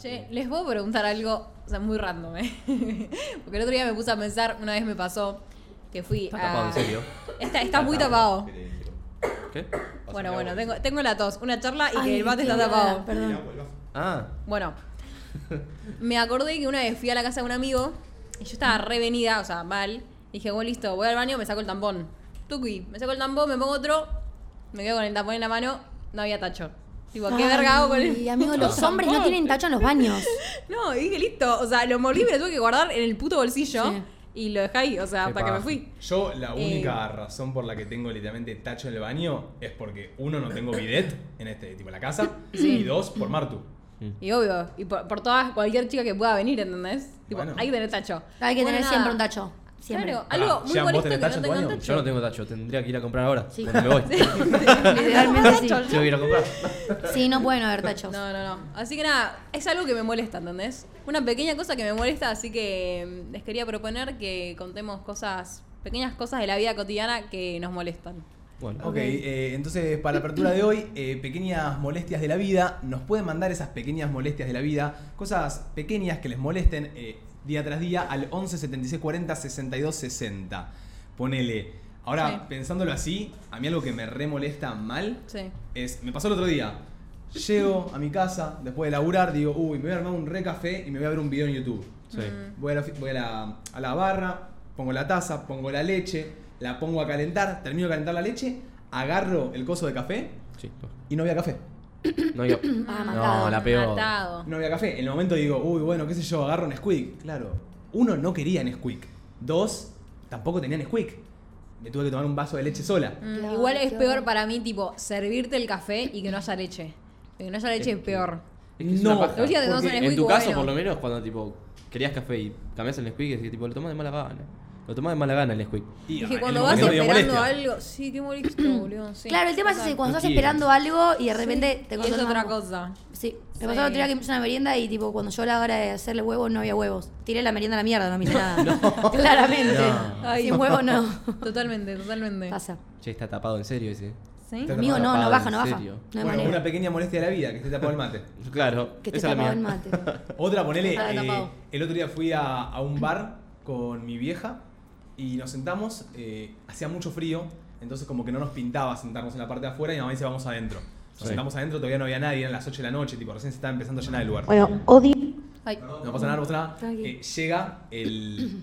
Che, les puedo preguntar algo, o sea, muy random, ¿eh? Porque el otro día me puse a pensar, una vez me pasó que fui Está a... tapado, en serio. Está, está muy tapado. ¿Qué? Bueno, bueno, tengo, tengo la tos, una charla y Ay, que el mate está qué tapado. nada, Perdón. Ah, Bueno, me acordé que una vez fui a la casa de un amigo y yo estaba revenida, o sea, mal. Dije, bueno, listo, voy al baño, me saco el tampón. Tuki, me saco el tampón, me pongo otro, me quedo con el tampón en la mano, no había tacho. Tipo, ¿qué Ay, verga hago con el.? Y amigo, los hombres no tienen tacho en los baños. No, y dije, listo, o sea, lo mordí, me lo tuve que guardar en el puto bolsillo Sí. y lo dejé ahí, o sea, Qué hasta que me paja. fui. Yo la Eh. única razón por la que tengo literalmente tacho en el baño es porque uno no tengo bidet en este tipo la casa y dos por Martu. Y obvio, y por, por todas, cualquier chica que pueda venir, ¿entendés? Tipo, Bueno. hay que tener tacho. Hay que Bueno, tener nada. siempre un tacho. Siempre. Claro, Pará, algo muy Jean, ¿vos molesto que tenés no tacho en tu tengan baño? tacho. yo no tengo tacho, tendría que ir a comprar ahora. Sí. Cuando me voy. Literalmente sí. Tacho, Tengo que ir a comprar. Sí, no pueden haber tachos. No, no, no. Así que nada, es algo que me molesta, ¿entendés? Una pequeña cosa que me molesta, así que mm, les quería proponer que contemos cosas, pequeñas cosas de la vida cotidiana que nos molestan. Bueno, Ok, eh, entonces para la apertura de hoy, eh, pequeñas molestias de la vida, nos pueden mandar esas pequeñas molestias de la vida, cosas pequeñas que les molesten eh, día tras día al 11 76 40 62 60. Ponele, ahora Sí. pensándolo así, a mí algo que me remolesta mal Sí. es, me pasó el otro día, llego a mi casa después de laburar, digo, uy, me voy a armar un re café y me voy a ver un video en YouTube. sí. Mm. Voy, a la, ofi- voy a, la, a la barra, pongo la taza, pongo la leche, la pongo a calentar, termino de calentar la leche, agarro el coso de café Sí. y no había café. No, yo. Ah, matado. No, la peor. Matado. No había café. En el momento digo, uy, bueno, qué sé yo, agarro Nesquik. Claro, uno, no quería Nesquik. Dos, tampoco tenía Nesquik. Me tuve que tomar un vaso de leche sola. Mm, Claro, Igual es claro. peor para mí, tipo, servirte el café y que no haya leche. Que no haya leche es que- peor. Es que es No, una paja. Lo único que tenemos porque un En tu Nesquik, caso, bueno. por lo menos, cuando tipo querías café y cambias el Nesquik, decís, tipo, lo tomás de mala gana. Lo tomás de mala gana el Nesquik. Y, Es ah, en que el cuando vas momento me dio esperando molestia. algo. Sí, qué molesto, boludo. sí. Mm. Claro, el tema es ese, cuando No estás quieren. esperando algo y de repente te Y es controlan otra algo. cosa. Sí, Sí. me pasó el otro día que me hice una merienda y tipo cuando yo a la hora de hacerle huevos no había huevos. Tiré la merienda a la mierda, no me hice nada. Claramente. No. Ay. Sin huevos no. Totalmente, totalmente. Pasa. Che, está tapado en serio ese. ¿Sí? Está Amigo, no, tapado, no baja, en no baja. serio. No hay Bueno, manera. una pequeña molestia de la vida, que esté tapado el mate. Claro. Que te esa es la tapaba el mía. mate. Otra, ponele. Para el eh, tapado. el otro día fui a, a un bar con mi vieja y nos sentamos. eh, hacía mucho frío, entonces, como que no nos pintaba sentarnos en la parte de afuera y mi mamá dice: Vamos adentro. Nos Sí. sentamos adentro, todavía no había nadie, eran las 8 de la noche, tipo, recién se estaba empezando a llenar el lugar. Bueno, odio. Ay. No pasa nada, no pasa nada. Tranqui. Eh, llega el,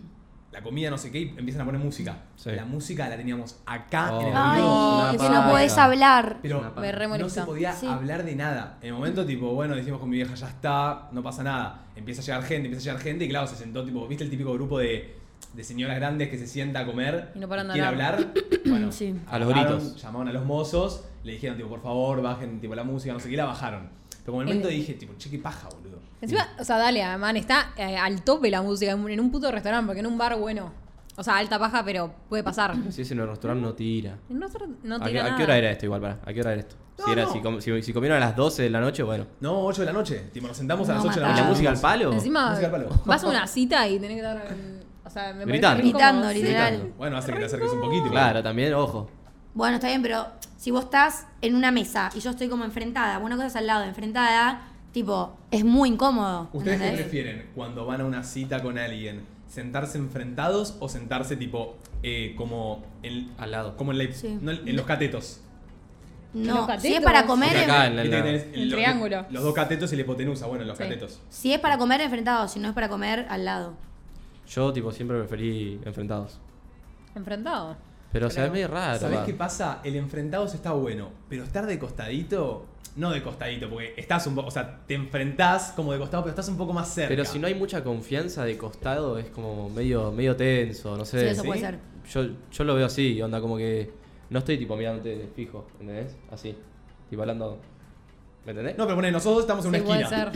la comida, no sé qué, y empiezan a poner música. Sí. La música la teníamos acá Oh. en el Ay, video. Una que paja. no podés hablar. Pero Una paja. Me re no se molesta. podía Sí. hablar de nada. En el momento, tipo, bueno, decimos con mi vieja, ya está, no pasa nada. Empieza a llegar gente, empieza a llegar gente, y claro, se sentó, tipo, ¿viste el típico grupo de, de señoras grandes que se sienta a comer Y no paran de quiere hablar. hablar? Bueno, Sí. A los agarraron, gritos. Llamaron a los mozos, le dijeron, tipo, por favor, bajen tipo, la música, no sé qué, y la bajaron. Pero como en el momento Eh. dije, tipo, che, qué paja, boludo. Encima, o sea, dale, man, está eh, al tope la música en un- en un puto restaurante, porque en un bar, bueno, o sea, alta paja, pero puede pasar. Si es en el restaurante, no tira. En otro no ¿A tira qué- ¿A, nada. qué hora era esto igual? Pará, ¿a qué hora era esto? si, No, era, no. si, com- si- si comieron a las 12 de la noche, bueno. No, 8 de la noche. Tipo, nos sentamos a No, las 8 de la matá. ¿Y noche. la música al palo? Encima, Música al palo. vas a una cita y tenés que dar. eh, O sea, me parece Gritando. re incómodo. Gritando, Sí. literal. Bueno, hace que te acerques un poquito. Claro, también, ojo. Bueno, está bien, pero si vos estás en una mesa y yo estoy como enfrentada, una cosa es al lado, enfrentada, tipo, es muy incómodo. ¿Ustedes qué ¿entendés? prefieren cuando van a una cita con alguien? ¿Sentarse enfrentados o sentarse tipo eh, como en, Al lado. Como en, la- Sí. no, en los catetos. Los No, catetos. si es para comer, Porque acá- Ah, en la- Viste que la- tenés El triángulo. Los, dos catetos y la hipotenusa, bueno, los Sí. catetos. si es para comer enfrentado, si no es para comer al lado. Yo, tipo, siempre preferí enfrentados. Enfrentado. Pero, o sea, es medio raro. ¿Sabés va. qué pasa? El enfrentados está bueno, pero estar de costadito, no de costadito, porque estás un poco, o sea, te enfrentás como de costado, pero estás un poco más cerca. Pero si no hay mucha confianza de costado, es como medio, medio tenso, no sé. Sí, eso ¿sí? puede ser. Yo, yo lo veo así, onda, como que no estoy tipo mirándote fijo, ¿entendés? Así, tipo hablando. ¿Me entendés? No, pero ponele, nosotros estamos en una Sí, puede esquina.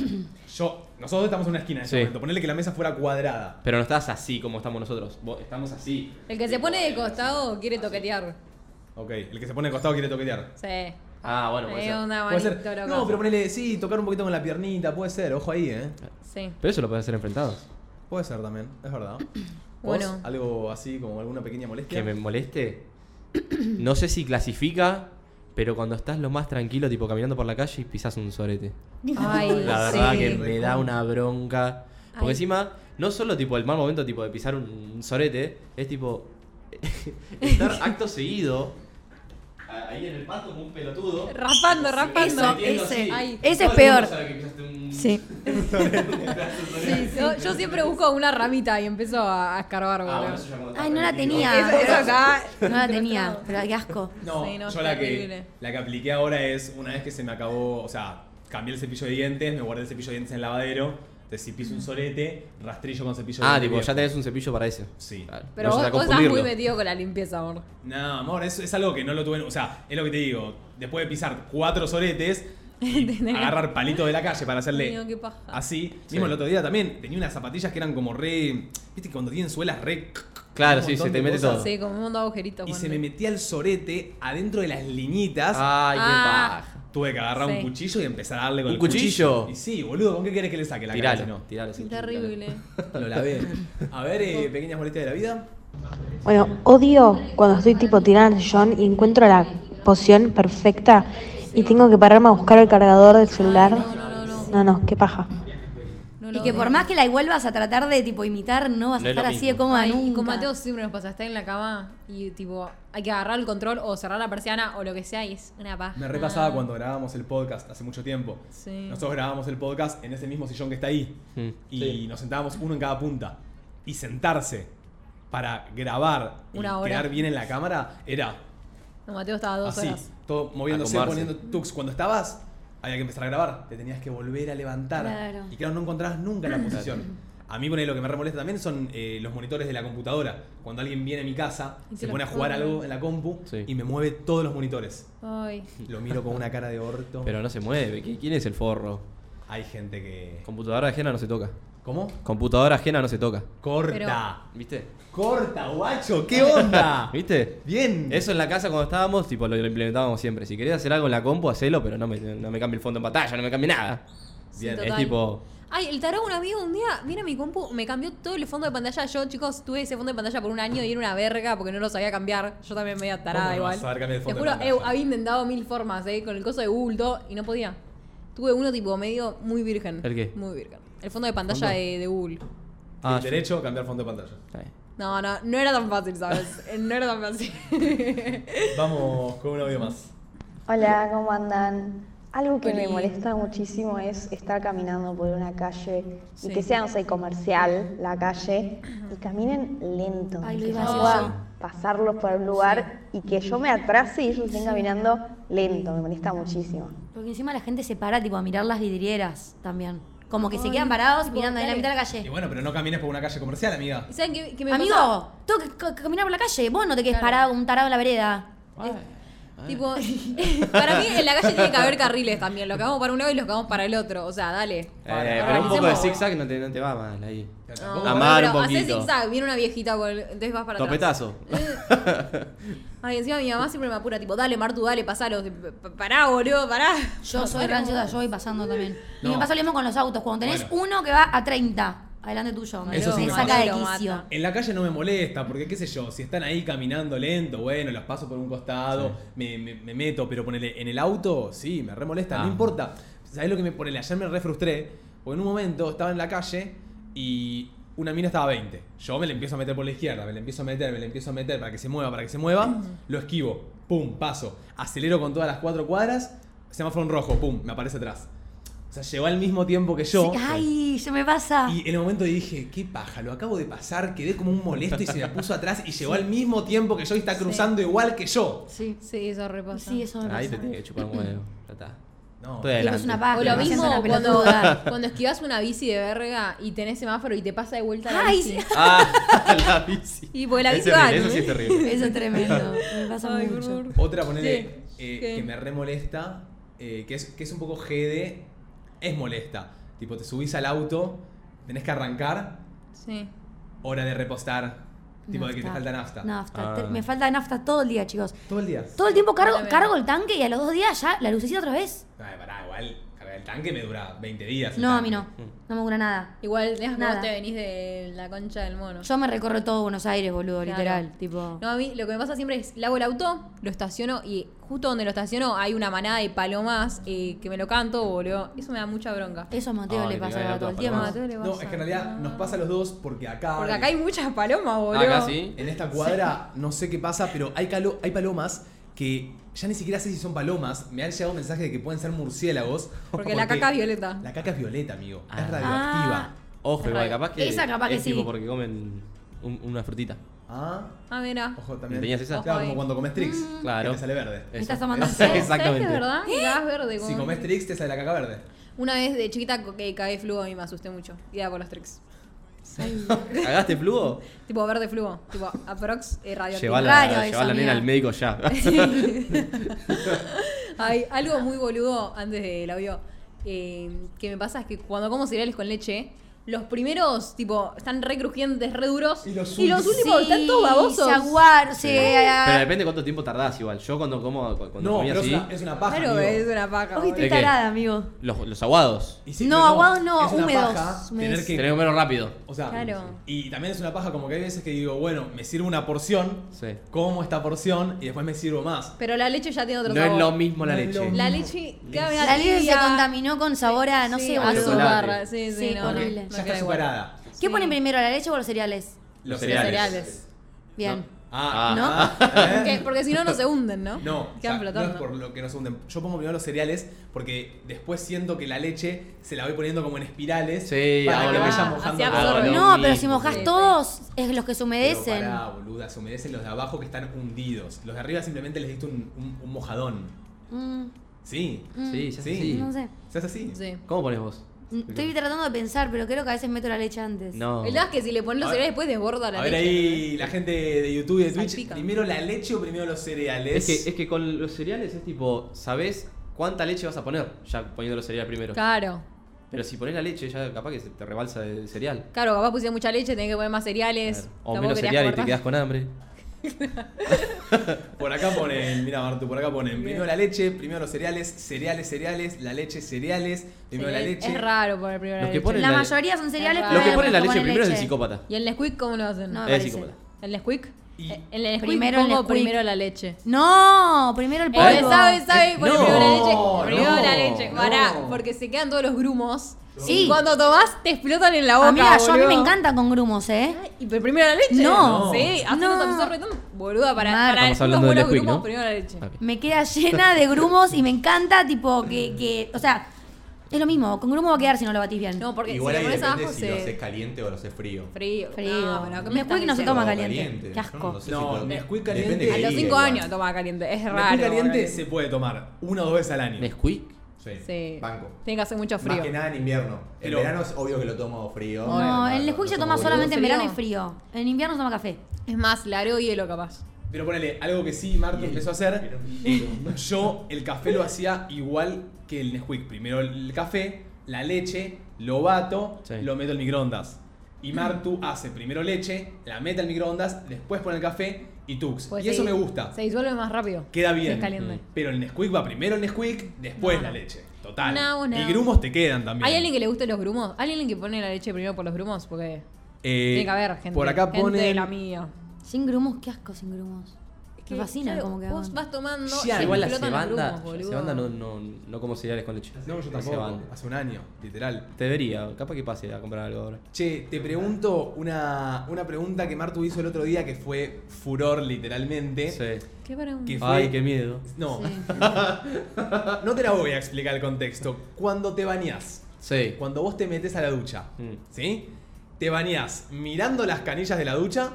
Yo, nosotros estamos en una esquina en este Sí. momento. Ponele que la mesa fuera cuadrada. Pero no estás así como estamos nosotros. Vos- estamos así. El que se Tipo, pone de eh, costado quiere toquetear. Ok, el que se pone de costado quiere toquetear. Sí. Ah, bueno, puede Es ser. una Puede ser. manito loco. No, pero ponele, sí, tocar un poquito con la piernita, puede ser, ojo ahí, ¿eh? Sí. Pero eso lo pueden hacer enfrentados. Puede ser también, es verdad. ¿Vos, Bueno. algo así como alguna pequeña molestia? Que me moleste. No sé si clasifica, Pero cuando estás lo más tranquilo, tipo caminando por la calle y pisas un sorete. Ay, La verdad sí. que me da una bronca. Porque Ay. encima, no solo tipo el mal momento tipo de pisar un sorete, es tipo estar acto seguido a- ahí en el pasto como un pelotudo. Raspando, raspando. Metiendo ese. así. Ay. Ese Todo es el mundo peor. sabe que pisaste un- Sí. Yo, yo siempre busco una ramita y empiezo a, a escarbar, Ah, bueno, boludo. eso ya cuando Ay, estás no la tranquilo. tenía. Eso- eso acá. No la tenía, pero qué asco. No, Sí, no, yo está la que, terrible. la que apliqué ahora es una vez que se me acabó, o sea, cambié el cepillo de dientes, me guardé el cepillo de dientes en el lavadero, entonces si piso un sorete, rastrillo con cepillo de Ah, tipo, dientes. ya tenés un cepillo para eso. Sí. Claro. Pero No vos, vayas a vos estás muy confundirlo. metido con la limpieza, amor. No, amor, es, es algo que no lo tuve, o sea, es lo que te digo, después de pisar cuatro soretes, y Tenés- agarrar palito de la calle para Ay, hacerle no, qué paja. así. Sí. Mismo el otro día también tenía unas zapatillas que eran como re, viste que cuando tienen suelas re... Claro, un sí, se montón te de mete cosas. todo. Sí, como un montón de agujeritos. Y se me ponele. metía el sorete adentro de las liñitas. Ay, qué Ah. paja. Tuve que agarrar un Sí. cuchillo y empezar a darle con ¿Un el cuchillo? Y sí, boludo, ¿con qué querés que le saque la Tiralo, cara? si no? tiralo, sí, tiralo. Terrible. Lo lavé. A ver, eh, pequeñas molestias de la vida. Bueno, odio cuando estoy tipo tirada en el sillón y encuentro la poción perfecta y tengo que pararme a buscar el cargador del celular. Ay, no, no, no, No, no, qué paja. No Y lo que hago. por más que la vuelvas a tratar de tipo imitar, no vas No a es lo estar así mismo. de cómoda Ay, y nunca. con Mateo siempre nos pasa, está en la cama y tipo, hay que agarrar el control o cerrar la persiana o lo que sea y es una paja. Me repasaba cuando grabábamos el podcast hace mucho tiempo. Ah. Sí. Nosotros grabábamos el podcast en ese mismo sillón que está ahí. Mm, Y sí. nos sentábamos uno en cada punta. Y sentarse para grabar y Una hora. quedar bien en la cámara era No, Mateo estaba dos así. horas. Todo moviéndose, Acomodarse. poniendo tux. Cuando estabas, había que empezar a grabar. Te tenías que volver a levantar. Claro. Y claro, no encontrabas nunca la posición. A mí, ponele, lo que me remolesta también son eh, los monitores de la computadora. Cuando alguien viene a mi casa, Y te se los pone a jugar pone. algo en la compu Sí. y me mueve todos los monitores. Ay. Lo miro con una cara de orto. Pero no se mueve. ¿Qui- ¿Quién es el forro? Hay gente que. Computadora ajena no se toca. ¿Cómo? Computadora ajena no se toca. Corta. ¿Viste? Corta, guacho. ¿Qué onda? ¿Viste? Ah. Bien. Eso en la casa cuando estábamos, tipo, lo, lo implementábamos siempre. Si querés hacer algo en la compu, hacelo, pero no me, no me cambie el fondo en pantalla, no me cambie nada. Sí, Bien, es total. tipo. Ay, el tarado un amigo un día viene a mi compu, me cambió todo el fondo de pantalla. Yo, chicos, tuve ese fondo de pantalla por un año y era una verga porque no lo sabía cambiar. Yo también media tarada ¿Cómo no igual. vas a saber cambiar el fondo Te juro, de pantalla? eh, había intentado mil formas, eh, con el coso de Google todo, y no podía. Tuve uno tipo medio muy virgen. ¿El qué? Muy virgen. El fondo de pantalla ¿Fondo? de, de Google. Ah, el derecho a cambiar fondo de pantalla. yo- eh. No, no, no era tan fácil, ¿sabes? Eh, No era tan fácil. Vamos con un audio más. Hola, ¿cómo andan? Algo que me Oli. molesta muchísimo es estar caminando por una calle y Sí. que sea, no sé, comercial la calle y caminen lento. Ay, lo que iba yo a decir pueda yo. pasarlos por el lugar y que yo me atrase y ellos estén caminando lento. Me molesta muchísimo. Porque encima la gente se para tipo a mirar las vidrieras también. Como que se quedan parados mirando ahí en la mitad de la Y calle. bueno, pero no camines por una calle comercial, amiga. ¿Y ¿Saben qué, qué me Amigo, pasa? tengo que ca- caminar por la calle. Vos no te quedes Claro. parado como un tarado en la vereda. Tipo, para mí en la calle tiene que haber carriles también. Lo cagamos para un lado y los cagamos para el otro. O sea, dale. Eh, pero un poco de zigzag no te, no te va mal ahí. No, Amar pero un hacés poquito. zigzag, viene una viejita con el- entonces vas para atrás. Eh. Topetazo. Ay, encima mi mamá siempre me apura, tipo, dale, Martu, dale, pasalo. P- p- Pará, boludo, pará. Yo soy ranciosa, yo voy pasando también. Y No. me pasa lo mismo con los autos. Cuando tenés Bueno. uno que va a 30, adelante tuyo, me, Eso sí me me saca mata. de Lo quicio. mata. En la calle no me molesta, porque qué sé yo, si están ahí caminando lento, bueno, los paso por un costado, me, me- me meto, pero ponele en el auto, sí, me re molesta, Ah. no importa. ¿Sabés lo que me ponele? Ayer me re frustré, porque en un momento estaba en la calle y una mina estaba a 20. Yo me la empiezo a meter por la izquierda, me la empiezo a meter, me la empiezo a meter para que se mueva, para que se mueva, lo esquivo, pum, paso, acelero con todas las cuatro cuadras, semáforo en rojo, pum, me aparece atrás. O sea, llegó al mismo tiempo que yo. Sí, Ay, se me pasa. Y en el momento dije, qué paja, lo acabo de pasar, quedé como un molesto y se la puso atrás y llegó al mismo tiempo que yo y está cruzando igual que yo. Sí, Sí, eso repasa. sí, eso me pasa. Ahí te tiene que chupar un huevo. Ya está. No. Estoy Y adelante. es una paja. O lo me siento mismo una cuando, pelotuda. cuando esquivas una bici de verga y tenés semáforo y te pasa de vuelta la Ay, bici. sí. Ah, la bici. Y porque la Es bici va, terrible, Eso sí es ¿no? terrible. Eso es tremendo. Me pasa Ay, por mucho. favor. Otra, ponele, eh, ¿Qué? que me remolesta, eh, que, es, que es un poco GD, es molesta. Tipo, te subís al auto, tenés que arrancar, Sí. hora de repostar, tipo de que te Nafta. falta nafta. Nafta. Ah. Te- Me falta nafta todo el día, chicos. Todo el día. Todo el tiempo cargo, Claramente. cargo el tanque y a los dos días ya la lucecita otra vez. Ay, pará, igual, cargar el tanque me dura 20 días. el No, a tanque. mí no. No me cura nada. Igual es como Nada. te venís de la concha del mono. Yo me recorro todo Buenos Aires, boludo, Claro. literal. Tipo. No, a mí lo que me pasa siempre es, lavo el auto, lo estaciono y justo donde lo estaciono hay una manada de palomas eh, que me lo canto, boludo. Eso me da mucha bronca. Eso a Mateo Ay, le te pasa caen todo otras el tiempo. palomas. Mateo le No, pasa. es que en realidad nos pasa a los dos porque acá. Porque acá hay muchas palomas, boludo. Acá sí. En esta cuadra, no sé qué pasa, pero hay, calo- hay palomas que ya ni siquiera sé si son palomas. Me han llegado mensajes de que pueden ser murciélagos. Porque la caca es violeta. La caca es violeta, amigo. Ah. Es radioactiva. Ojo, igual, capaz que. Esa capaz que es sí. Tipo porque comen un- una frutita. Ah. Ah, mira. Ojo, también. ¿Tenías esa? Ojo Claro, como ahí. cuando comes Trix. Claro. Eh. Que te sale verde. Eso. estás tomando Eso, café? ¿Sabes que es Exactamente. verdad? ¿Eh? Y cagás verde. Si como- comes Trix, te sale la caca verde. Una vez de chiquita co- que cagué fluo y me asusté mucho. Idea con los tricks. ¿Cagaste flujo? Tipo verde fluo. Tipo aprox eh, radioactivo. Llevá a la, Raro llevá eso, a la nena amiga. al médico ya. Hay algo muy boludo antes del audio eh, que me pasa es que cuando como cereales con leche, los primeros, tipo, están re crujientes, re duros. Y los últimos están todos babosos. Jaguar, sí. Pero depende cuánto tiempo tardás igual. Yo cuando como cu- cuando no, comía pero así, es, una, es una paja. Claro, amigo. es una paja. Ojo, estoy ¿De qué? tarada, amigo. los, los aguados. Y sí, No, pero aguados no, es una húmedos, paja húmedos. Tener que. Tenés que comerlo rápido. O sea, Claro. y también es una paja como que hay veces que digo, bueno, me sirvo una porción, Sí. como esta porción y después me sirvo más. Pero la leche ya tiene otro No sabor. es lo mismo la No es leche. lo mismo. La leche cada vez más La leche se tibia. contaminó con sabor a, no Sí, sé, a boludo. chocolate. azúcar, Sí, sí, Sí, no, no, horrible. no ya está queda igual. superada. ¿Qué Sí. ponen primero, la leche o los cereales? Los Los cereales. cereales. Bien. Ah, ¿No? ah, ¿eh? Porque, porque si no, no se hunden, ¿no? No, o sea, Quedan no es flotando. por lo que nos hunden. Yo pongo primero los cereales porque después siento que la leche se la voy poniendo como en espirales Sí, para que ahora. vaya Ah, mojando. así todo. absorbe. lo No, pero mismo. si mojas Sí, sí. todos, es los que se Pero humedecen. pará, boluda, se humedecen los de abajo que están hundidos. Los de arriba simplemente les diste un, un- un mojadón. Mm, Sí, Mm. Sí, ya sé, Sí. sí. no sé. se hace así. Sí. ¿Cómo pones vos? Estoy tratando de pensar, pero creo que a veces meto la leche antes. No. El tema es que si le pones los A ver. cereales después desborda la A ver leche. ahí la gente de YouTube y de Twitch, Salpica. primero la leche o primero los Es cereales. que, es que con los cereales es tipo, ¿sabés cuánta leche vas a poner? Ya poniendo los cereales primero. Claro. Pero si pones la leche, ya capaz que se te rebalsa de cereal. Claro, capaz pusiste mucha leche, tenés que poner más cereales. O tampoco menos querías cereal y te cortar. quedás con hambre. Por acá ponen, mira Martu, por acá ponen primero la leche, primero los cereales, cereales, cereales, la leche, cereales, primero Sí, la es- leche. Es raro poner primero Los la que leche. ponen La la- mayoría son cereales, Los pero Los que hay ponen la algunos leche ponen primero es el psicópata. ¿Y el Nesquik cómo lo hacen? Eh, No, me Es parece. psicópata. ¿El Nesquik? Y- Eh, En el Nesquik Primero el pongo Nesquik. ¿Eh? primero la leche. No, primero el polvo. Eh, sabe, sabe, pone No, primero la leche. no, Primero la leche. no. Pará, porque se quedan todos los grumos. Sí. Y cuando tomás, te explotan en la boca. Amiga, yo a mí me boludo. encantan con grumos, ¿eh? ¿Y pero primero la leche? No. Sí, así no No. te absorbe tanto. Boluda, para, Mal. para Estamos unos hablando del buenos Nesquik, grumos, ¿no? primero la leche. Ok. Me queda llena de grumos y me encanta, tipo, que, que- O sea, es lo mismo. Con grumo va a quedar si no lo batís bien. No, porque Igual si ahí lo pones depende abajo si lo haces se... caliente o lo haces frío. Frío. Frío. No, pero ¿qué Nesquik estás no se diciendo? toma O caliente. Qué asco. Yo sé No, lo- Nesquik depende caliente- de A qué los día 5 igual. años toma caliente, es Lo raro. caliente boludo. se puede tomar una o dos veces al año. Nesquik. Sí. Sí. Banco. Tiene que hacer mucho Más que frío. nada en invierno. Pero- en verano es obvio que lo tomo frío. No, el Nesquik se no toma tomo solamente en Frío. verano y frío. En invierno se toma café. Es más, la y hielo capaz. Pero ponele, algo que sí Martu empezó a hacer, eh, yo el café lo hacía igual que el Nesquik. Primero el café, la leche, lo bato, Sí. lo meto al microondas. Y Martu hace primero leche, la mete al microondas, después pone el café y tux. Pues y eso se- me gusta. Se disuelve más rápido. Queda Si bien. mm, es caliente. Pero el Nesquik va primero el Nesquik, después No, la no. leche. Total. No, no. Y grumos te quedan también. ¿Hay alguien que le guste los grumos? ¿Hay alguien que pone la leche primero por los grumos? Porque Eh, tiene que haber gente. Por acá gente pone. de la mía. Sin grumos, qué asco sin grumos. Que, Me fascina claro, como que Vos hagan. vas tomando. Ya, se igual la explotan los cebanda. grumos, la boludo. cebanda no, no, no como cereales con leche. No, yo tampoco. cebanda. Hace un año, literal. Te debería, capaz que pase a comprar algo ahora. Che, te pregunto una, una pregunta que Martu hizo el otro día que fue furor literalmente. Sí. ¿Qué para un- Que fue- Ay, qué miedo. No, no te la voy a explicar el contexto. Cuando te bañás, Sí. eh, cuando vos te metes a la ducha, Mm. ¿sí? ¿Te bañás mirando las canillas de la ducha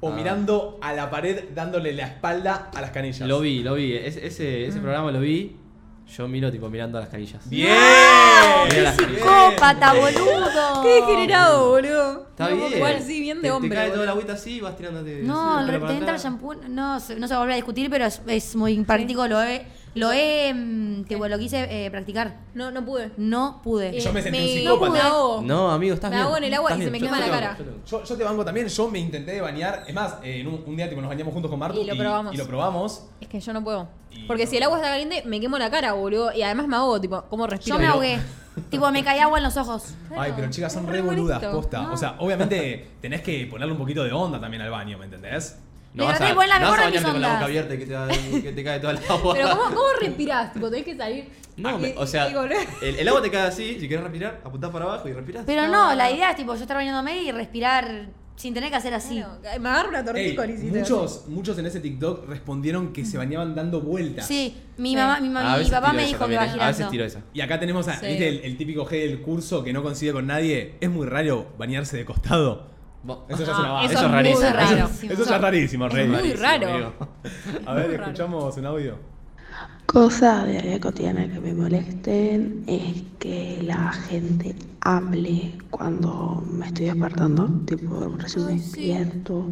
o Ah. mirando a la pared dándole la espalda a las canillas? Lo vi, lo vi. Es- ese Mm. ese programa lo vi. Yo miro tipo mirando a las canillas. ¡Bien! Mira ¡Qué las canillas. psicópata, Oh, boludo! ¡Qué degenerado, boludo! Está No, bien. Igual sí, bien de Te- hombre. Te cae toda boludo. la agüita así y vas tirándote. No, así, el para re- te entra el atrás. shampoo. No, se- no se va a volver a discutir, pero es, es muy práctico. Lo he Lo he, mm, tipo, lo quise eh, practicar. No, no pude. No pude. Eh, Yo me sentí un me, psicópata. me ahogo. No, amigo, estás Me bien. ahogo en el agua estás y se bien, me yo quema te la cara. banco, yo te banco. Yo, yo te banco también, yo me intenté de bañar. Es más, eh, en un, un día tipo, nos bañamos juntos con Martu Y lo probamos. y lo probamos. Es que yo no puedo. Y Porque no. si el agua está caliente, me quemo la cara, boludo. Y además me ahogo, tipo, ¿cómo respiro? Yo me Pero- ahogué. tipo, me caía agua en los ojos. Ay, pero chicas, son es re re Ah. boludas, bonito. posta. O sea, obviamente tenés que ponerle un poquito de onda también al baño, ¿me entendés? No Me vas traté a, de poner la no vas mejor a de mis bañarte con la boca ondas. abierta y que te, va- que te cae toda el agua. Pero ¿cómo, cómo respirás? Tipo, tenés que salir. No, y- me- o sea, y volver. el, el agua te cae así, si querés respirar, apuntás para abajo y respirás. Pero No, no, no. la idea es tipo yo estar bañándome y respirar sin tener que hacer así. Claro, me agarro una Ey, tortícolis y te- muchos, muchos en ese TikTok respondieron que se bañaban dando vueltas. Sí, mi Sí. mamá, mi, Ah, A mamá, mi veces papá tiro me esa dijo que también, va eh. A veces girando. tiro esa. Y acá tenemos a- Sí. ¿viste el, el típico G del curso que no coincide con nadie. Es muy raro bañarse de costado. Bo- Eso ya Ah, es una eso base. es muy rarísimo. raro. Eso ya es rarísimo, Es re. muy raro. amigo. A muy ver, raro. escuchamos un audio. Cosa de la vida cotidiana que me molesten es que la gente hable cuando me estoy despertando, tipo recién me despierto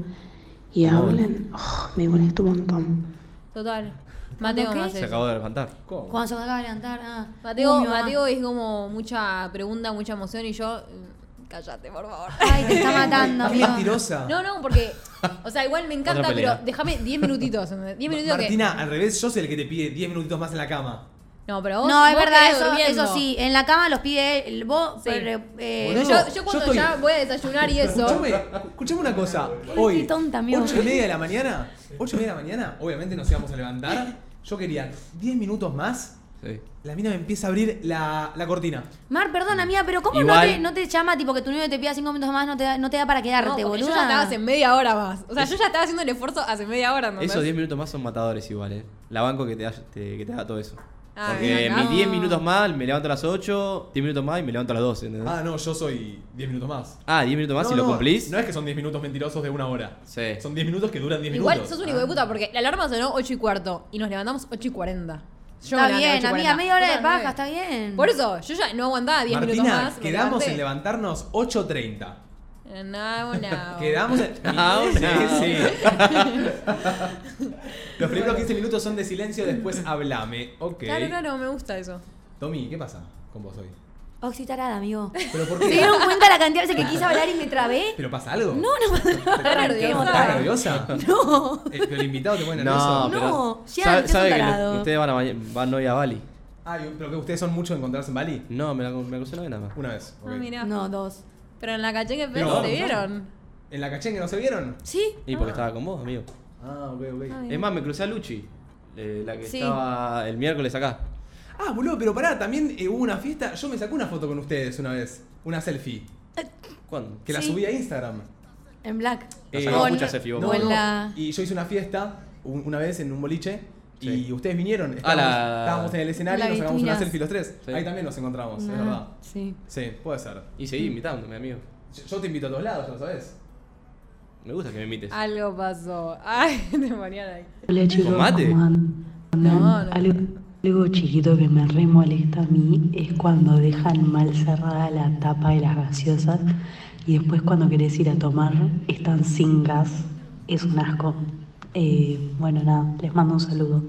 y hablen, Oh, me molesta un montón. Total. Mateo ¿Cuándo me qué? hace Se eso. acabó de levantar. ¿Cómo? Cuando se acaba de levantar, ah. Mateo, Uh, mi mamá. Mateo es como mucha pregunta, mucha emoción y yo. mm, Cállate, por favor. Ay, te está matando, Qué amigo. mentirosa. No, no, porque. O sea, igual me encanta, Otra pelea. pero déjame 10 minutitos. 10 minutitos que. Martina, al revés, yo soy el que te pide 10 minutitos más en la cama. No, pero vos. No, es vos verdad, quedás eso, durmiendo. eso sí. En la cama los pide él, vos, Sí. pero, eh, Yo, Boludo, yo yo cuando estoy- ya voy a desayunar y eso. Escuchame, escuchame una cosa. estoy Hoy, tonta, amigo. 8 y media de la mañana, 8 y media de la mañana, obviamente nos íbamos a levantar. Yo quería 10 minutos más. Sí. La mina me empieza a abrir la, la cortina. Mar, perdón, amiga, pero ¿cómo no Igual- te, no te llama tipo que tu novio te pida cinco minutos más, no te da, no te da para No, quedarte, porque boluda? yo ya estaba hace media hora más. O sea, yo ya estaba haciendo el esfuerzo hace media hora. ¿no? Esos 10 minutos más son matadores igual, eh. La banco que te, da- te- que te haga todo eso. Ah, Porque bien, mis acá. 10 minutos más me levanto a las 8, 10 minutos más y me levanto a las 12, ¿entendés? Ah, no, yo soy 10 minutos más. Ah, 10 minutos más No, y lo no, cumplís. No es que son 10 minutos mentirosos de una hora. Sí. Son 10 minutos que duran 10 minutos. Igual sos un hijo de puta porque la alarma sonó 8 y cuarto y nos levantamos 8 y 40. Yo me Está levanté bien, 8 y amiga, 40. media hora de Puta madre. paja, está bien. Por eso, yo ya no aguantaba 10 Martina, minutos más. me quedamos levanté. en levantarnos 8.30. No, no. Quedamos en... Ah, Sí, no. sí. Los primeros 15 minutos son de silencio, después hablame. Ok. Claro, claro, me gusta eso. Tommy, ¿qué pasa con vos hoy? Oxitarada, amigo. ¿Pero por ¿Se qué? dieron cuenta la cantidad de veces que quise hablar y me trabé? ¿Pero pasa algo? No, no pasa nada. nerviosa. ¿Estás nerviosa? No. Eh, ¿Pero el invitado te pone No, nervioso? pero No, Jean, sabe, sos sabe un que los- tarado. ustedes van a, bañar- van hoy a Bali. Ay, pero que ustedes son muchos de encontrarse en Bali. No, me la, me la crucé una vez nada más. Una vez. ok. No, Ah, mirá. No, dos. Pero en la caché que Pero se vamos, vieron. ¿En la cachengue no se vieron? ¿Sí? Y porque estaba con vos, amigo. Ah, ok, ok. Es más, me crucé a Luchi, eh, la que Sí. estaba el miércoles acá. Ah, boludo, pero pará, también eh, hubo una fiesta. Yo me sacé una foto con ustedes una vez. Una selfie. ¿Cuándo? Que la Sí. subí a Instagram. En black. La Eh, sacamos o muchas no- selfies, vos. no, Bueno. en la- Y yo hice una fiesta un- una vez en un boliche. Sí. Y ustedes vinieron. Ah, Estábamos, la- estábamos en el escenario la y nos sacamos una vitrinas. selfie los tres. Sí. Ahí también nos encontramos, es Ah, verdad. Sí. Sí, puede ser. Y seguí Mm. invitándome, amigo. Yo, yo te invito a todos lados, ya lo sabes. Me gusta que me invites. Algo pasó. Ay, te ponían ahí. Hola chicos, mate? ¿cómo andan? No, no. Algo, algo chiquito que me re molesta a mí es cuando dejan mal cerrada la tapa de las gaseosas y después cuando querés ir a tomar están sin gas. Es un asco. Eh, bueno, nada, les mando un saludo.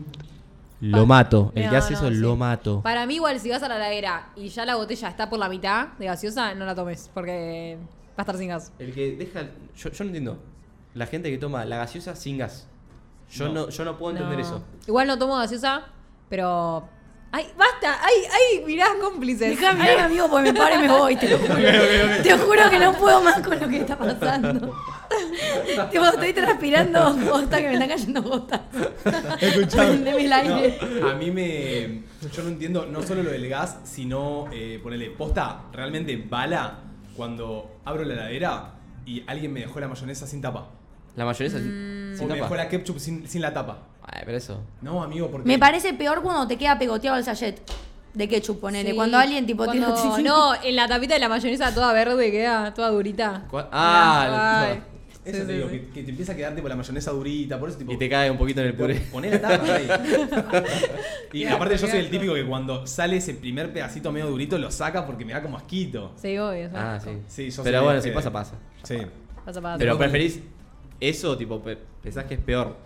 Lo mato. El No, que hace no, eso sí. lo mato. Para mí, igual, si vas a la heladera y ya la botella está por la mitad de gaseosa, no la tomes porque va a estar sin gas. El que deja. Yo, yo no entiendo. La gente que toma la gaseosa sin gas. Yo no, yo no puedo entender No. eso. Igual no tomo gaseosa, pero. ¡Ay, basta! ¡Ay, ay! Mirás cómplices. Déjame ir, amigo, porque pues, me paro y me voy, te lo juro. Te juro que no puedo más con lo que está pasando. Tipo, estoy transpirando bosta que me están cayendo botas. Prendeme el aire. No, a mí me. Yo no entiendo no solo lo del gas, sino eh, ponele posta realmente bala cuando abro la heladera y alguien me dejó la mayonesa sin tapa. La mayonesa Mm. sin, o sin me dejó tapa. la ketchup sin, sin la tapa. Ay, pero eso. No, amigo, porque. Me parece peor cuando te queda pegoteado el sachet de ketchup, ponele. Sí, Cuando alguien tipo te cuando- lo- No, en la tapita de la mayonesa toda verde queda, toda durita. ¿Cuál? Ah, Ay. Eso Sí, te sí, digo, sí. que, que te empieza a quedar tipo la mayonesa durita, por eso tipo. y te cae un poquito en el puré. Poné la tapa ahí. y aparte yo soy el típico que cuando sale ese primer pedacito medio durito lo saca porque me da como asquito. Sí, obvio. o sea, Ah, sí. Sí, yo pero soy bueno, de- si pasa, pasa. Sí. Pasa para Pero atrás. preferís eso, tipo, pe- pensás que es peor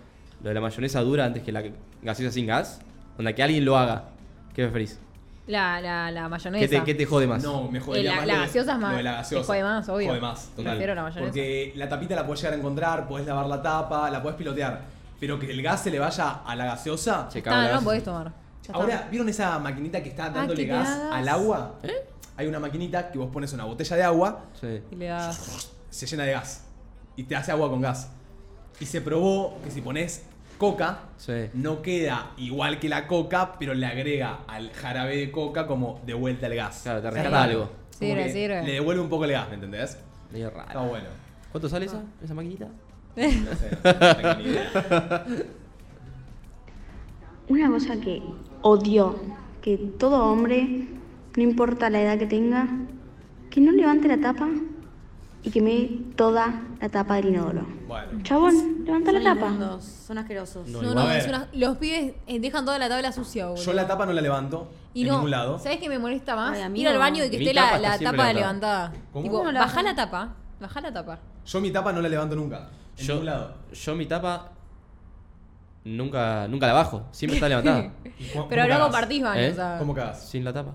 lo de la mayonesa dura antes que la gaseosa sin gas. Onda, que alguien lo haga. ¿Qué preferís? La, la, la ¿Qué mayonesa. te, qué te jode más? No, me Eh, jodería la- más la lo de- gaseosa es más- lo de la gaseosa. te jode más, obvio. Jode más, total. Prefiero la mayonesa. Porque la tapita la podés llegar a encontrar, podés lavar la tapa, la podés pilotear. Pero que el gas se le vaya a la gaseosa. Se Está, caga la no gaseosa. podés tomar. Ya está. Ah, Ahora, ¿vieron esa maquinita que está dándole que le gas da gas. ¿Eh? al agua? Hay una maquinita que vos pones una botella de agua, Sí. Y le das. se llena de gas. Y te hace agua con gas. Y se probó que si pones coca, Sí. no queda igual que la coca, pero le agrega al jarabe de coca como de vuelta el gas. Claro, te O sea, rescata algo. como Sirve, que sirve. Le devuelve un poco el gas, ¿me entendés? Medio raro. Está bueno. ¿Cuánto sale esa, esa maquinita? No sé, no tengo ni idea. Una cosa que odio, que todo hombre, no importa la edad que tenga, que no levante la tapa y que me dé toda la tapa del inodoro. Bueno. Chabón, levanta la Son tapa. inmundos, son asquerosos. No, No, no, igual. A es ver. una- los pibes eh, dejan toda la tabla sucia, boludo. Yo la tapa no la levanto y en no, ningún lado. ¿Sabes qué me molesta más? Ay, Ir amigo. al baño y que Mi esté tapa la, está la siempre tapa levantada. levantada. ¿Cómo? Tipo, ¿Cómo la bajá bajo? la tapa. Bajá la tapa. Yo mi tapa no la levanto nunca. En Yo, ningún lado. yo mi tapa nunca, nunca la bajo. Siempre está levantada. ¿Y cu- Pero cómo ahora cagás? compartís baño, ¿Eh? o sea. ¿Cómo cagás? Sin la tapa.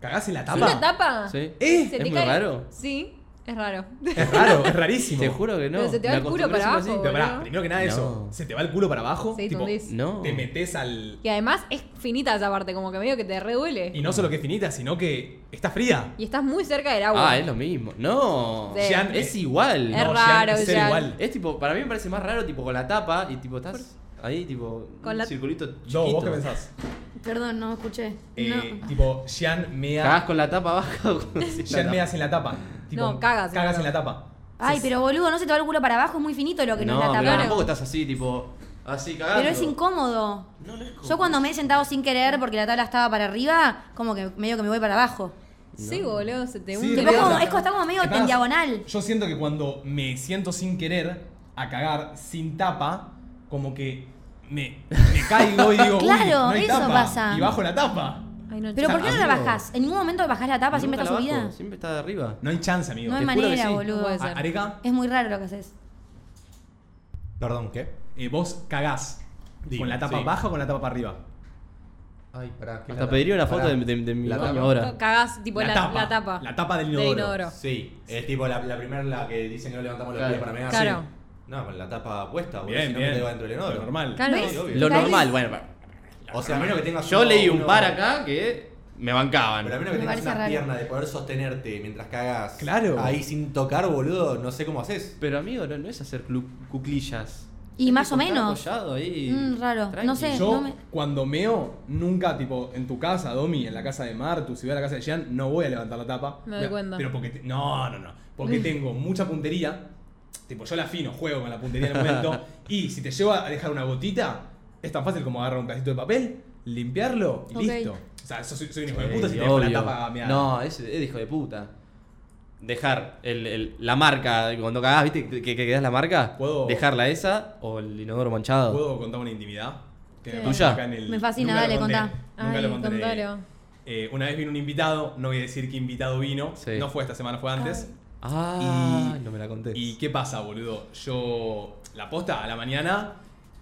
¿Cagás en la ¿Es tapa? una tapa? Sí. ¿Eh? Se ¿Es te muy cae- raro? Sí, es raro. Es raro, es rarísimo. Te juro que no. Pero se te va Me el culo acostumbré para siempre abajo. Pero pará, boludo. primero que nada eso. No. ¿Se te va el culo para abajo? Sí, tipo, tundís. No. Te metes al... Y además es finita esa parte, como que medio que te reduele. Y no solo que es finita, sino que está fría. Y estás muy cerca del agua. Ah, es lo mismo. No. Sí. Jean, Es igual. Es No, raro, Jean, es ser Jean. igual. Es tipo, para mí me parece más raro, tipo con la tapa y tipo estás ahí, tipo, Con un la- circulito chiquito. No, ¿vos qué pensás? Perdón, no escuché. Eh, No. Tipo, Jean ¿Cagás mea... con la tapa baja o con sin la Jean tapa? meas en la tapa. Tipo, No, cagas en la Cagas en tapa. la tapa. Ay, pero boludo, no se te va el culo para abajo, es muy finito lo que no, No, es la pero tapa. tampoco estás así, tipo, así cagando. Pero es incómodo. No, no es como- Yo cuando me he sentado sin querer porque la tabla estaba para arriba, como que medio que me voy para abajo. Sí, boludo, se te Sí, hunde. Te Te pongo- pasa. es como, está como medio ¿Qué pasa? en diagonal. Yo siento que cuando me siento sin querer a cagar sin tapa, como que me, me caigo y digo, "Uy, Claro, no hay eso tapa", pasa. Y bajo la tapa. Ay, no, Pero chico. ¿por qué no la Amigo. bajás? En ningún momento bajás la tapa, siempre Nunca está la bajo, subida. Siempre está de arriba. No hay chance, amigo. No hay Te juro que manera, sí. boludo. No puede A- ser. Areca, Es muy raro lo que haces. Perdón, ¿qué? eh, vos cagás. Dime, ¿Con la tapa sí. baja o con la tapa para arriba? Ay, pará. ¿qué Hasta la- pediría una foto pará. de, de- de mi La baño tapa. ahora. Cagás, tipo, la, la tapa. La tapa del Del inodoro. inodoro. Sí, es tipo la, la primera la que dicen que no levantamos los Claro. pies para mear. Claro. Sí. No, con la tapa puesta, porque Bien, si no bien. me te va dentro del Lo inodoro. normal. Claro. Sí, obvio. Lo Caí. normal, bueno. pa- O sea, a menos que tengas Yo uno- leí un uno- par acá que me bancaban. Pero a menos Me que tengas parece unas raro. piernas de poder sostenerte mientras cagas Claro. ahí sin tocar, boludo, no sé cómo haces. Pero amigo, no, no es hacer clu- cuclillas. Y Es más tipo o estar menos. apoyado ahí, Mm, raro. tranqui. No sé. Yo, no me- cuando meo, nunca, tipo, en tu casa, Domi, en la casa de Martu, si voy a la casa de Jean, no voy a levantar la tapa. Me doy cuenta. Mm. Pero porque. te- no, no, no. Porque tengo mucha puntería. Tipo, yo la afino, juego con la puntería en el momento. y si te llevo a dejar una gotita, es tan fácil como agarrar un pedacito de papel, limpiarlo y Ok. listo. O sea, yo soy, soy un hijo de puta si Sí, te dejo la Eh, obvio. tapa meada. No, es, es de hijo de puta. Dejar el- el- la marca, cuando cagás, ¿viste? Que, que quedás la marca. ¿Puedo? Dejarla esa o el inodoro manchado. ¿Puedo contar una intimidad? Que me Sí. pasó ¿Tuya? acá en el- Me fascina, nunca lo dale, conté. contá. Nunca Ay, lo conté. contalo. Eh, una vez vino un invitado, no voy a decir qué invitado vino. Sí. No fue esta semana, fue antes. Ah, Y- no me la conté. ¿Y qué pasa, boludo? Yo, la posta a la mañana,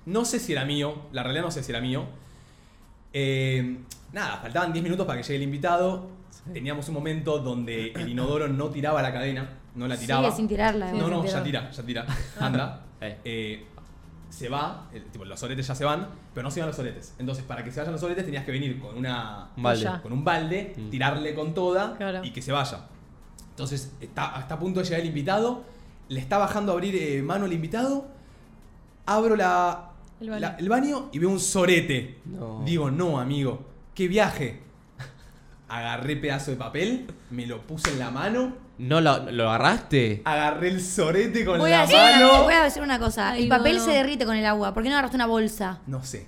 no sé si era mío, la realidad no sé si era mío. Eh, nada, faltaban 10 minutos para que llegue el invitado. Teníamos un momento donde el inodoro no tiraba la cadena, no la tiraba. Sigue sin tirarla. No, eh. no, sin ya tirar. tira, ya tira. Ah. Anda. Eh. Eh, se va, el- tipo, los soletes ya se van, pero no se van los soletes. Entonces, para que se vayan los soletes tenías que venir con una Un balde. Ya. con un balde, Mm. tirarle con toda Claro. y que se vaya. Entonces, está, está a punto de llegar el invitado, le está bajando a abrir eh, mano el invitado, abro la, El baño. la- el baño y veo un sorete. No. Digo, no, amigo, qué viaje. Agarré pedazo de papel, me lo puse en la mano, ¿No lo, lo agarraste? agarré el sorete con Voy a, la decir una, mano. voy a decir una cosa. Ay, el no, papel no. se derrite con el agua. ¿Por qué no agarraste una bolsa? No sé.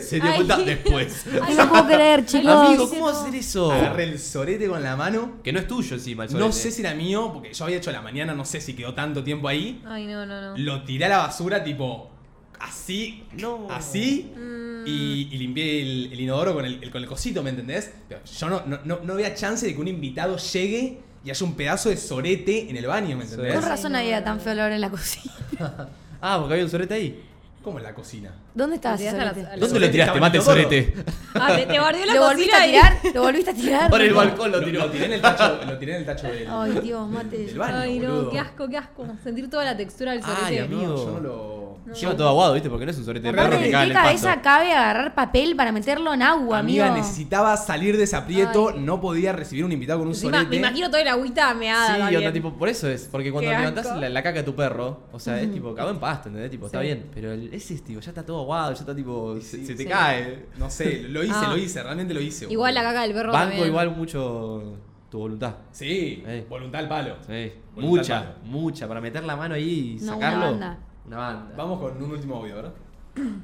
Se dio Ay. cuenta después. Ay, no puedo creer, chicos. Amigo, ¿cómo vas a hacer eso? Agarré el sorete con la mano. Que no es tuyo encima el No sorete. sé si era mío, porque yo había hecho a la mañana, no sé si quedó tanto tiempo ahí. Ay, no, no, no. Lo tiré a la basura, tipo, así, No. así. Y, y limpié el, el inodoro con el, el- con el cosito, ¿me entendés? Pero yo no, no, no, no había chance de que un invitado llegue y haya un pedazo de sorete en el baño, ¿me entendés? Con razón había tan feo olor en la cocina. Ah, porque había un sorete ahí. ¿Cómo en la cocina? ¿Dónde estabas? Tiraste a la- Sorete? a la- ¿Dónde lo tiraste? Mate el sorete. Ah, te, te bardeó la ¿Lo volviste cocina a y- tirar? ¿Lo volviste a tirar? Por el balcón lo Lo, tiró. lo tiré en el tacho, lo tiré en el tacho del, Ay, Dios, mate. del baño, Ay, boludo. no, qué asco, qué asco. Sentir toda la textura del Ay, sorete. amigo. No, yo no lo... Lleva todo aguado, ¿viste? Porque no es un sorete de Aparte, perro ¿de que caga en qué el cabeza pasto. cabe agarrar papel para meterlo en agua, Amiga, amigo? necesitaba salir de ese aprieto, Ay. no podía recibir un invitado con un Encima, me solete. imagino toda la agüita meada. Sí, también. onda, tipo, por eso es. Porque cuando Qué levantás asco. la, la caca de tu perro, o sea, es tipo, cagó en pasto, ¿entendés? Tipo, está bien. Pero el- ese es, tipo, ya está todo aguado, ya está, tipo, se, se te cae. No sé, lo hice, Ah. lo hice, realmente lo hice. Igual la boludo. caca del perro Banco también. igual mucho tu voluntad. Sí, Ey. voluntad al palo. Sí. Voluntad Mucha, para. mucha. Para meter la mano ahí y No, una sacarlo. banda. Una banda. Vamos con un último audio, ¿verdad?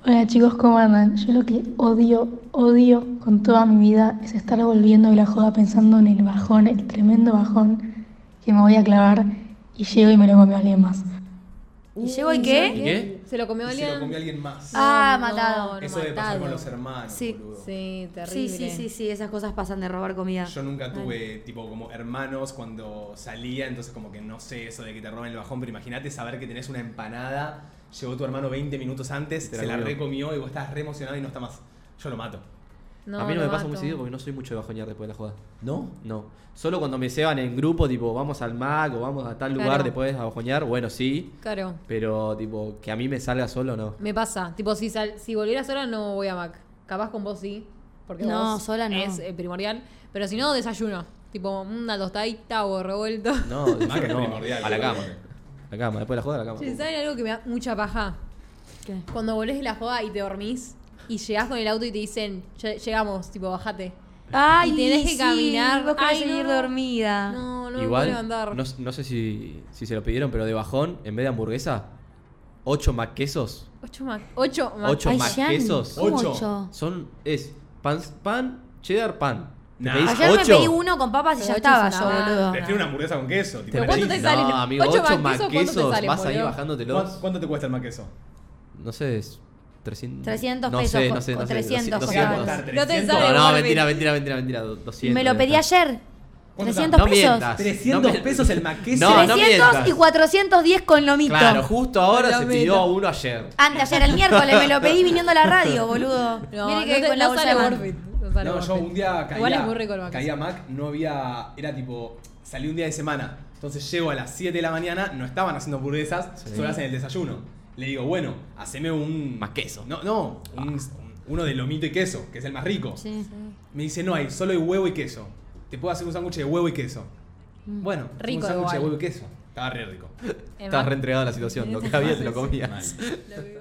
Hola chicos, ¿cómo andan? Yo lo que odio, odio con toda mi vida es estar volviendo de la joda pensando en el bajón, el tremendo bajón que me voy a clavar y llego y me lo comió alguien más. ¿Y llego y qué? ¿Y qué? Se lo comió Y se lo comió alguien. alguien más. Ah, No, matado. no, Eso de pasar matado. con los hermanos, Sí, boludo. Sí, Sí, terrible. sí, sí, sí, esas cosas pasan de robar comida. Yo nunca tuve, tipo, como hermanos cuando salía, entonces como que no sé eso de que te roben el bajón, pero imagínate saber que tenés una empanada, llegó tu hermano 20 minutos antes, Te la se la comió. recomió y vos estás re emocionado y no está más. Yo lo mato. No, a mí no lo me pasa muy mato. seguido porque no soy mucho de bajonear después de la joda. ¿No? No. Solo cuando me ceban en grupo, tipo, vamos al Mac o vamos a tal lugar Claro. después a bajonear, bueno, sí. Claro. Pero, tipo, que a mí me salga solo, no. Me pasa. Tipo, si, sal- si volviera sola, no voy a Mac. Capaz con vos sí. Porque No, vos sola no. Es eh, primordial. Pero si no, desayuno. Tipo, una tostadita o revuelto. No, Mac es no, primordial, A la igual. cama. A La cama, después de la joda, a la cama. Che, ¿Saben algo que me da mucha paja? ¿Qué? Cuando volvés de la joda y te dormís y llegás con el auto y te dicen, "Lle- llegamos, tipo, bajate. Ay, Y tenés que caminar. Vos querés Ay, seguir no. dormida. No, no me puedo Igual, levantar. no, no sé si, si se lo pidieron, pero de bajón, en vez de hamburguesa, 8 maquesos. Ocho Mac. Ocho Mac. Ocho Ay, más Jan, quesos. ¿cómo Ocho. ocho? Son, es pan, pan cheddar, pan. Te Nah. pedís Ayer me ocho. pedí uno con papas y Pero ya ocho estaba es una yo, banda. boludo. Te una hamburguesa con queso. tipo, Pero ¿cuánto sí. te sale? No, amigo, Ocho 8 más quesos, ¿cuánto te maquesos, salen, vas ahí boludo? ¿Cuánto, bajándotelos. cuánto te cuesta el maqueso? No sé, es 300. 300 no pesos, Sé, no sé, o no sé, 300 200. Llega a costar No te 300. sale. No, no, Golpe. mentira, mentira, mentira, mentira. 200. Me lo pedí ayer. ¿Cuánto está? 300 No pesos. mientas. 300 No me- pesos el maqueso. No, no 300 mientas. y 410 con lomito. Claro, justo ahora Lo se mismo. pidió uno ayer. Antes, ayer, el miércoles, me lo pedí viniendo a la radio, boludo. No, Mire no, que te- con la no bolsa sale de worth it. No sale No, worth yo it. un día caía. Igual es muy rico el Mac. Caía Mac, no había. Era tipo. Salí un día de semana. Entonces llego a las 7 de la mañana, no estaban haciendo hamburguesas, solo hacen el desayuno. Le digo, bueno, haceme un. Más queso. No, no. un- un- uno de lomito y queso, que es el más rico. Me dice, no hay, solo hay huevo y queso. Te puedo hacer un sándwich de huevo y queso. Mm. Bueno, hacemos Mm. Rico un sándwich de igual. huevo y queso. Estaba re rico. En Estabas Mac- reentregado a la situación. Lo que había te lo comías. lo veo.